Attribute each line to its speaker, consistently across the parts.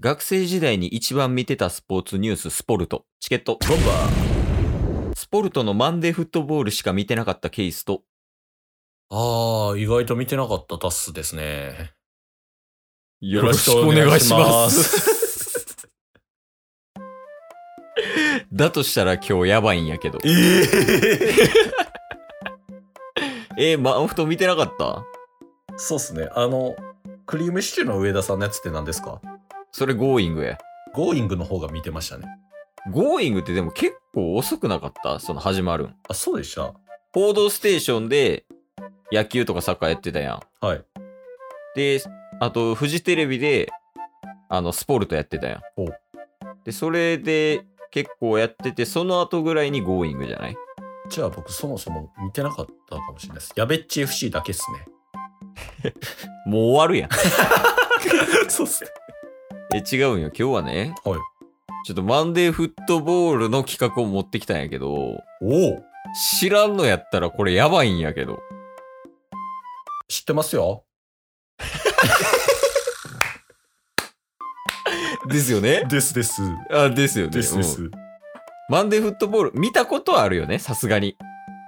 Speaker 1: 学生時代に一番見てたスポーツニュース、スポルト。チケット。
Speaker 2: ボンバー
Speaker 1: スポルトのマンデーフットボールしか見てなかったケースと、
Speaker 2: ああ、意外と見てなかったタスですね。
Speaker 1: よ
Speaker 2: ろしくお願いしま
Speaker 1: だとしたら今日やばいんやけど。
Speaker 2: ええ
Speaker 1: えー、マンフト見てなかった
Speaker 2: そうっすね。あの、クリームシチューの上田さんのやつって何ですか
Speaker 1: それ Going や。
Speaker 2: ゴーイングの方が見てましたね。
Speaker 1: Going ってでも結構遅くなかったその始まるん。
Speaker 2: あ、そうでした
Speaker 1: 報道ステーションで野球とかサッカーやってたやん。
Speaker 2: はい。
Speaker 1: で、あと、フジテレビで、あの、スポルトやってたやん
Speaker 2: ほう。
Speaker 1: で、それで結構やってて、その後ぐらいに Going じゃない
Speaker 2: じゃあ僕そもそも見てなかったかもしれないです。やべっち FC だけっすね。
Speaker 1: もう終わるやん。
Speaker 2: そうっすね。
Speaker 1: え、違うんよ。今日はね、
Speaker 2: はい。
Speaker 1: ちょっとマンデーフットボールの企画を持ってきたんやけど、
Speaker 2: おお
Speaker 1: 知らんのやったらこれやばいんやけど。
Speaker 2: 知ってますよ。
Speaker 1: ですよ ね
Speaker 2: ですです。
Speaker 1: あ、ですよね。うん。マンデーフットボール、見たことはあるよね、さすがに。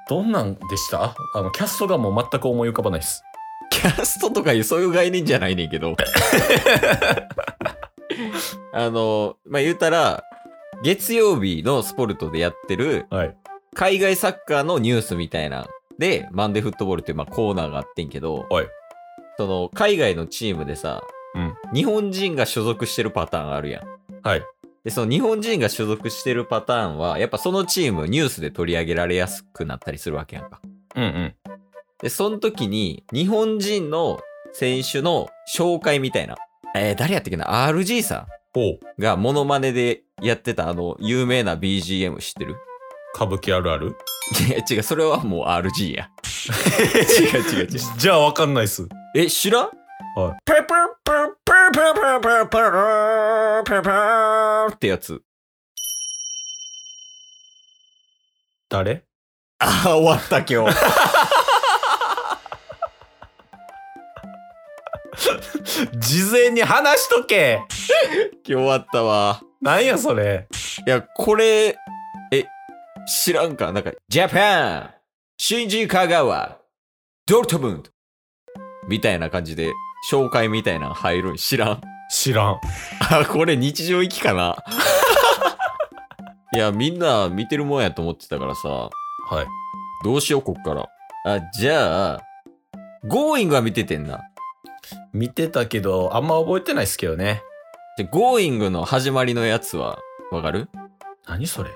Speaker 2: どんなんでしたあの、キャストがもう全く思い浮かばないっす。
Speaker 1: キャストとかいうそういう概念じゃないねんけど。 あの、まあ、言うたら、月曜日のスポルトでやってる
Speaker 2: はい。
Speaker 1: 海外サッカーのニュースみたいな。で、マンデーフットボールっていうまあコーナーがあってんけど、
Speaker 2: はい
Speaker 1: その海外のチームでさ、
Speaker 2: うん
Speaker 1: 日本人が所属してるパターンあるやん。
Speaker 2: はい。
Speaker 1: で、その日本人が所属してるパターンは、やっぱそのチームニュースで取り上げられやすくなったりするわけやんか。
Speaker 2: うんうん。
Speaker 1: で、その時に、日本人の選手の紹介みたいな。えー誰やったっけな ?RG さ
Speaker 2: おお
Speaker 1: んがモノマネでやってたあの、有名な BGM 知ってる
Speaker 2: 歌舞伎あるあ る
Speaker 1: いや、違う、それはもう RG や。違う違う違う。
Speaker 2: じゃあわかんないっす。
Speaker 1: え、知らん
Speaker 2: はい。
Speaker 1: パパパパパパパパパパってやつ。
Speaker 2: 誰
Speaker 1: ああ、終わった今日。
Speaker 2: 事前に話しとけ
Speaker 1: 今日終わったわ。
Speaker 2: なんやそれ
Speaker 1: いや、これ、え、知らんかなんか、ジャパン新人香川ドルトムントみたいな感じで、紹介みたいなの入るん知らん。
Speaker 2: 知らん。
Speaker 1: あ、これ日常行きかな いや、みんな見てるもんやと思ってたからさ、
Speaker 2: はい。
Speaker 1: どうしよう、こっから。あ、じゃあ、Going は見ててんな。
Speaker 2: 見てたけど、あんま覚えてないっすけどね。
Speaker 1: で、Going の始まりのやつは、わかる
Speaker 2: 何それ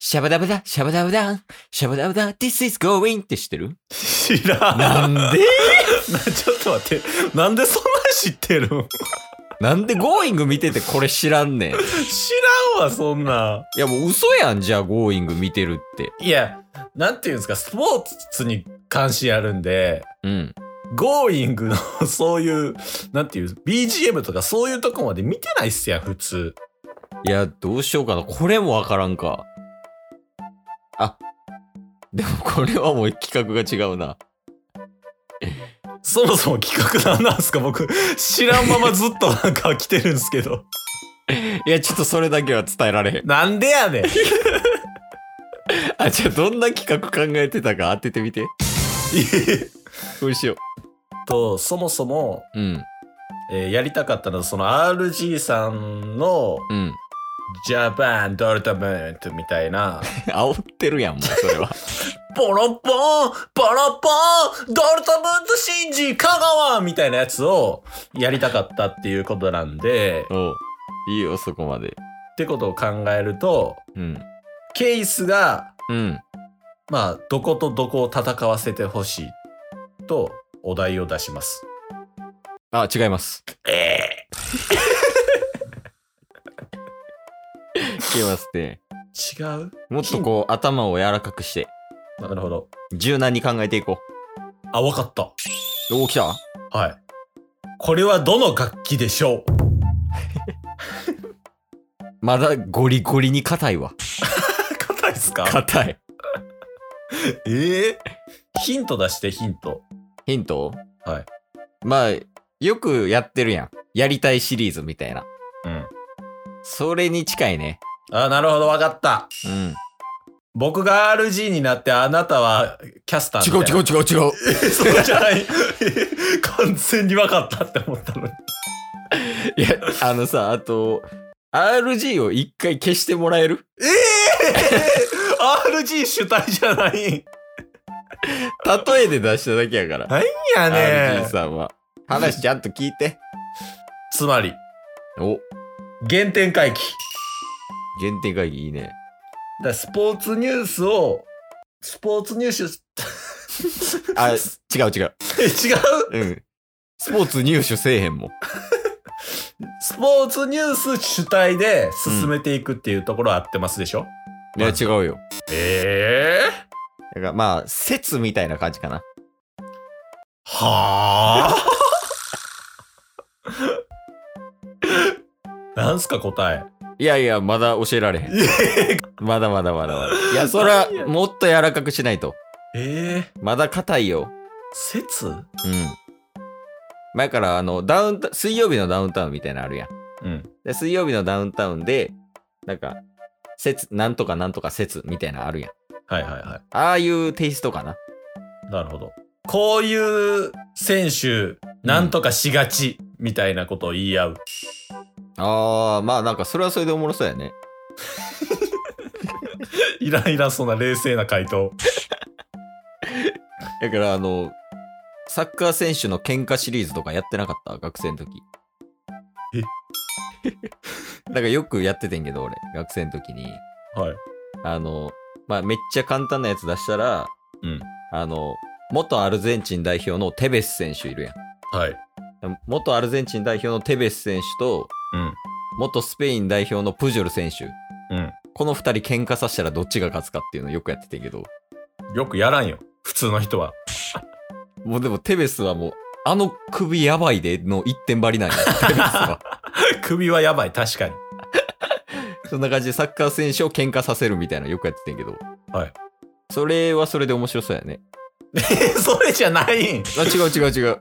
Speaker 1: シャバダバダ、シャバダバダン、シャバダバダ、This is going って知ってる
Speaker 2: 知ら
Speaker 1: なんで
Speaker 2: なちょっと待って。なんでそんな知ってるん
Speaker 1: なんで Going 見ててこれ知らんねん。い
Speaker 2: 知らんわ、そんな。
Speaker 1: やもう嘘やん、じゃあ Going 見てるって。
Speaker 2: いや、なんていうんですか、スポーツに関心あるんで、
Speaker 1: うん。
Speaker 2: Going のそういう、なんていう、BGM とかそういうとこまで見てないっすやん、普通。
Speaker 1: いや、どうしようかな。これもわからんか。あ、でもこれはもう企画が違うな。
Speaker 2: そもそも企画なんなんすか僕、知らんままずっとなんか来てるんすけど。
Speaker 1: いや、ちょっとそれだけは伝えられへん。
Speaker 2: なんでやねん。
Speaker 1: あ、じゃあどんな企画考えてたか当ててみて。どうしよ
Speaker 2: と、そもそも、
Speaker 1: う。うん、
Speaker 2: えーやりたかったのは、その RG さんの
Speaker 1: うん。
Speaker 2: ジャパンドルトムントみたいな、
Speaker 1: 煽ってるやん、もうそれ は。
Speaker 2: ポロポンポロポンドルトムント新人香川みたいなやつをやりたかったっていうことなんで、っ
Speaker 1: おういいよ、そこまで。
Speaker 2: てことを考えると、
Speaker 1: うん。
Speaker 2: ケイスが、
Speaker 1: うん。
Speaker 2: まあ、どことどこを戦わせてほしいと、お題を出します。
Speaker 1: あ、違います。
Speaker 2: え
Speaker 1: 違いますって。
Speaker 2: ー、違う
Speaker 1: もっとこう、頭を柔らかくして、
Speaker 2: なるほど。
Speaker 1: 柔軟に考えていこう。
Speaker 2: あ、わかった。
Speaker 1: おお、来た
Speaker 2: はい。これはどの楽器でしょう
Speaker 1: まだゴリゴリに硬いわ。
Speaker 2: 硬いっすか
Speaker 1: 硬い。
Speaker 2: ええヒント出してヒント。
Speaker 1: ヒント
Speaker 2: はい。
Speaker 1: まあ、よくやってるやん。やりたいシリーズみたいな。
Speaker 2: うん。
Speaker 1: それに近いね。
Speaker 2: あ、なるほど、わかった。
Speaker 1: うん。
Speaker 2: 僕が RG になって、あなたはキャスターみたいな。
Speaker 1: 違う違う。
Speaker 2: え そうじゃない。完全に分かったって思ったのに。
Speaker 1: いや、あのさ、あと、RG を一回消してもらえる
Speaker 2: ええ !RG 主体じゃない。い
Speaker 1: 例えで出しただけやから。
Speaker 2: や
Speaker 1: RG さんは。話ちゃんと聞いて。
Speaker 2: つまり、
Speaker 1: お、
Speaker 2: 原点回帰。
Speaker 1: 原点会議いいね。
Speaker 2: だからスポーツニュースを、スポーツニュース、
Speaker 1: あ、違う違う。
Speaker 2: え違う
Speaker 1: うん。スポーツ入手せえへんもん。
Speaker 2: スポーツニュース主体で進めていくっていうところは合ってますでしょ、
Speaker 1: いや、違うよ。
Speaker 2: ええ
Speaker 1: だからまあ、説みたいな感じかな。
Speaker 2: はあなんすか答え。
Speaker 1: いやいや、まだ教えられへん。まだまだまだまだ。いや、そら、もっと柔らかくしないと。
Speaker 2: ええ
Speaker 1: まだ硬いよ。
Speaker 2: 説う
Speaker 1: うん。前から、あの、ダウンタ水曜日のダウンタウンみたいなのあるやん。
Speaker 2: ん。
Speaker 1: で水曜日のダウンタウンで、なんか、説、なんとかなんとか説みたいなのあるやん。
Speaker 2: はいはいは
Speaker 1: ああいうテイストかな。
Speaker 2: い。なるほど。こういう選手、なんとかしがち、みたいなことを言い合う。
Speaker 1: ああ、まあなんか、それはそれでおもろそうやね。
Speaker 2: イライラそうな冷静な回答。
Speaker 1: だから、あの、サッカー選手の喧嘩シリーズとかやってなかった学生の時。
Speaker 2: え
Speaker 1: なんかよくやっててんけど、俺、学生の時に。
Speaker 2: はい。
Speaker 1: あの、まあ、めっちゃ簡単なやつ出したら、
Speaker 2: うん
Speaker 1: あの、元アルゼンチン代表のテベス選手いるやん。
Speaker 2: はい。
Speaker 1: 元アルゼンチン代表のテベス選手と、
Speaker 2: うん。
Speaker 1: 元スペイン代表のプジョル選手。
Speaker 2: うん。
Speaker 1: この二人喧嘩させたらどっちが勝つかっていうのよくやっててんけど、
Speaker 2: よくやらんよ。普通の人は。
Speaker 1: もうでもテベスはもう、あの首やばいでの一点張りなん や、テベスは。
Speaker 2: 首はやばい、確かに。
Speaker 1: そんな感じでサッカー選手を喧嘩させるみたいなのよくやっててんけど。
Speaker 2: はい。
Speaker 1: それはそれで面白そうやね。
Speaker 2: それじゃないん。
Speaker 1: あ、違う違う違う。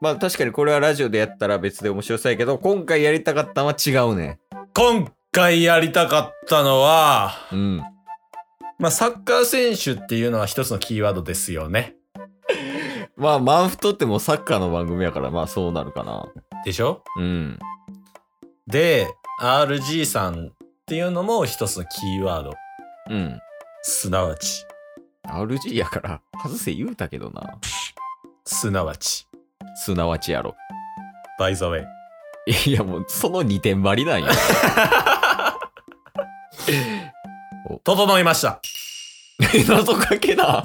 Speaker 1: まあ確かにこれはラジオでやったら別で面白そうやけど、今回やりたかったのは違うね。
Speaker 2: 今回やりたかったのは、
Speaker 1: うん。
Speaker 2: まあ、サッカー選手っていうのは一つのキーワードですよね。
Speaker 1: まあマンフトってもうサッカーの番組やから、まあそうなるかな。
Speaker 2: でしょ
Speaker 1: うん。
Speaker 2: で、RG さんっていうのも一つのキーワード。
Speaker 1: うん。
Speaker 2: すなわち、
Speaker 1: RG やから、外せ言うたけどな。
Speaker 2: すなわち、
Speaker 1: すなわちやろ。
Speaker 2: バイザウェイ。
Speaker 1: いやもうその2点張りなんや。
Speaker 2: 整いました。
Speaker 1: 謎かけな。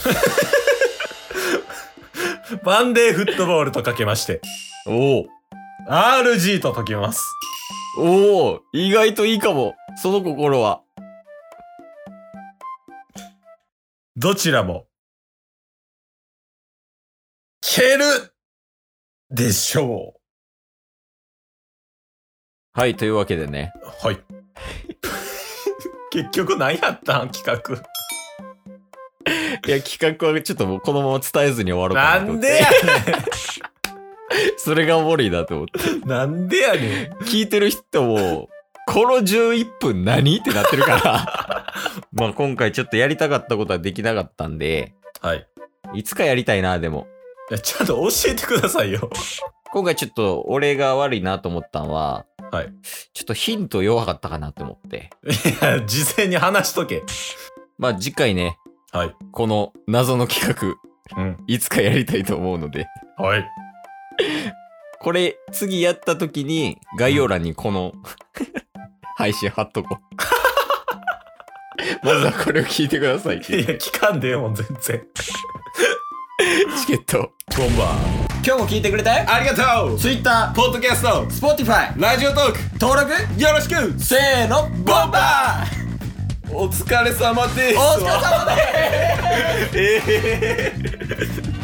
Speaker 2: バンデーフットボールとかけまして、
Speaker 1: おお。
Speaker 2: RG と解きます。
Speaker 1: おお意外といいかも。その心は。
Speaker 2: どちらも、蹴るでしょ
Speaker 1: はい、というわけで ね。
Speaker 2: う。はい。結局何やったん企画。
Speaker 1: いや、企画はちょっともうこのまま伝えずに終わろうか
Speaker 2: な
Speaker 1: なと思
Speaker 2: ん
Speaker 1: っ
Speaker 2: で
Speaker 1: て。
Speaker 2: や
Speaker 1: それがおもろいなと思って。
Speaker 2: ねん。なんでやねん。
Speaker 1: 聞いてる人も、この11分何ってなってるから。 まあ今回ちょっとやりたかったことはできなかったんで、
Speaker 2: はい。
Speaker 1: いつかやりたいな、でも。
Speaker 2: いやちゃんと教えてくださいよ。
Speaker 1: 今回ちょっと俺が悪いなと思ったのは、
Speaker 2: はい。
Speaker 1: ちょっとヒント弱かったかなと思って。
Speaker 2: いや事前に話しとけ。
Speaker 1: まあ次回ね、
Speaker 2: はい。
Speaker 1: この謎の企画、
Speaker 2: うん。
Speaker 1: いつかやりたいと思うので、
Speaker 2: はい。
Speaker 1: これ次やった時に概要欄にこの配信貼っとこう。まずはこれを聞いてください。
Speaker 2: い
Speaker 1: チ
Speaker 2: や、聞かんでええもん、全然。
Speaker 1: ケットを。
Speaker 2: ボンバー。
Speaker 1: 今日も聞いてくれたよ
Speaker 2: ありがとう
Speaker 1: Twitter、
Speaker 2: ポッドキャスト、
Speaker 1: Spotify、
Speaker 2: ラジオトーク、
Speaker 1: 登録、
Speaker 2: よろしく
Speaker 1: せーの、ボンバー
Speaker 2: お疲れ様です
Speaker 1: お疲れ様です
Speaker 2: ええ